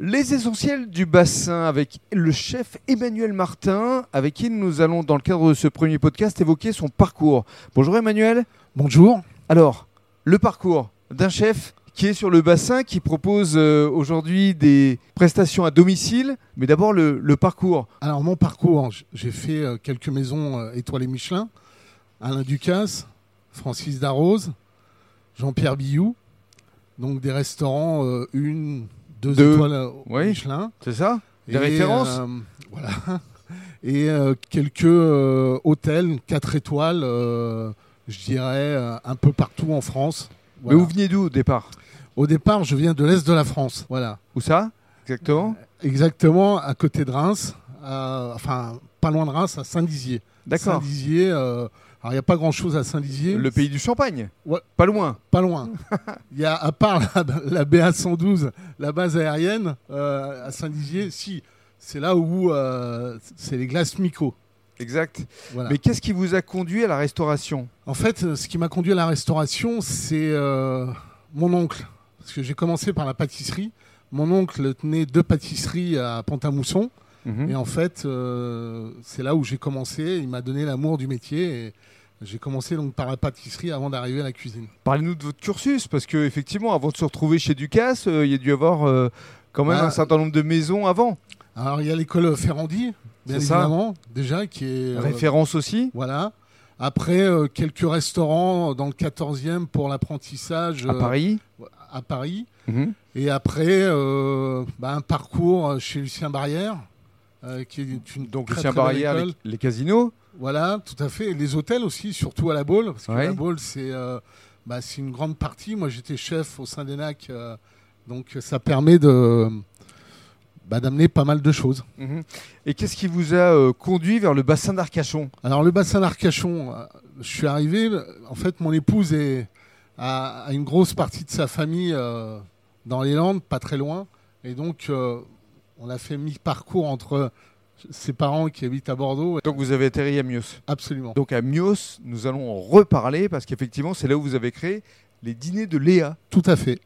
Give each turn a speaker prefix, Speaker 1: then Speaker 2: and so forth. Speaker 1: Les essentiels du bassin avec le chef Emmanuel Martin, avec qui nous allons, dans le cadre de ce premier podcast, évoquer son parcours. Bonjour Emmanuel.
Speaker 2: Bonjour.
Speaker 1: Alors, le parcours d'un chef qui est sur le bassin, qui propose euh, aujourd'hui des prestations à domicile. Mais d'abord, le, le parcours.
Speaker 2: Alors mon parcours, j- j'ai fait euh, quelques maisons euh, étoilées Michelin. Alain Ducasse, Francis Darroze, Jean-Pierre Billou. Donc des restaurants, euh, une, deux,
Speaker 1: Deux.
Speaker 2: étoiles euh,
Speaker 1: Oui.
Speaker 2: Michelin.
Speaker 1: C'est ça Des références
Speaker 2: euh, Voilà. Et euh, quelques euh, hôtels, quatre étoiles, euh, je dirais, euh, un peu partout en France. Voilà.
Speaker 1: Mais vous veniez d'où au départ
Speaker 2: Au départ, je viens de l'Est de la France. Voilà.
Speaker 1: Où ça Exactement
Speaker 2: Euh, Exactement, à côté de Reims, à- enfin pas loin de Reims, à Saint-Dizier.
Speaker 1: D'accord.
Speaker 2: Saint-Dizier, euh, alors il n'y a pas grand-chose à Saint-Dizier,
Speaker 1: Le pays du champagne
Speaker 2: Ouais.
Speaker 1: Pas loin.
Speaker 2: pas loin. Il y a, à part la, la BA-112, la base aérienne, euh, à Saint-Dizier, si, c'est là où euh, c'est les glaces Mico.
Speaker 1: Exact.
Speaker 2: Voilà.
Speaker 1: Mais qu'est-ce qui vous a conduit à la restauration
Speaker 2: En fait, euh, ce qui m'a conduit à la restauration, c'est euh, mon oncle. Parce que j'ai commencé par la pâtisserie. Mon oncle tenait deux pâtisseries à Pont-à-Mousson.
Speaker 1: Mhm.
Speaker 2: Et en fait, euh, c'est là où j'ai commencé. Il m'a donné l'amour du métier. Et j'ai commencé donc par la pâtisserie avant d'arriver à la cuisine.
Speaker 1: Parlez-nous de votre cursus, parce que effectivement, avant de se retrouver chez Ducasse, euh, il y a dû y avoir euh, quand même
Speaker 2: Bah,
Speaker 1: un certain nombre de maisons avant.
Speaker 2: Alors, il y a l'école Ferrandi, bien
Speaker 1: C'est ça.
Speaker 2: évidemment, déjà, qui est. euh,
Speaker 1: Référence aussi.
Speaker 2: voilà. Après, euh, quelques restaurants dans le 14e pour l'apprentissage
Speaker 1: À
Speaker 2: euh,
Speaker 1: Paris.
Speaker 2: à Paris.
Speaker 1: Mhm.
Speaker 2: Et après, euh, bah, un parcours chez Lucien Barrière. euh, qui est une
Speaker 1: Donc
Speaker 2: très,
Speaker 1: Lucien
Speaker 2: très belle
Speaker 1: Barrière,
Speaker 2: école.
Speaker 1: les, les casinos.
Speaker 2: Voilà, tout à fait. Et les hôtels aussi, surtout à la Baule, parce que
Speaker 1: Ouais.
Speaker 2: la Baule, c'est euh, bah, c'est une grande partie. Moi, j'étais chef au Saint-Dénac, euh, donc ça permet de bah, d'amener pas mal de choses.
Speaker 1: Mhm. Et qu'est-ce qui vous a euh, conduit vers le bassin d'Arcachon
Speaker 2: Alors, le bassin d'Arcachon, euh, je suis arrivé. En fait, mon épouse est, a, a une grosse partie de sa famille euh, dans les Landes, pas très loin. Et donc, euh, on a fait mi-parcours entre ses parents qui habitent à Bordeaux.
Speaker 1: Donc vous avez atterri à Mios.
Speaker 2: Absolument.
Speaker 1: Donc à Mios, nous allons en reparler, parce qu'effectivement, c'est là où vous avez créé les dîners de Léa.
Speaker 2: Tout à fait.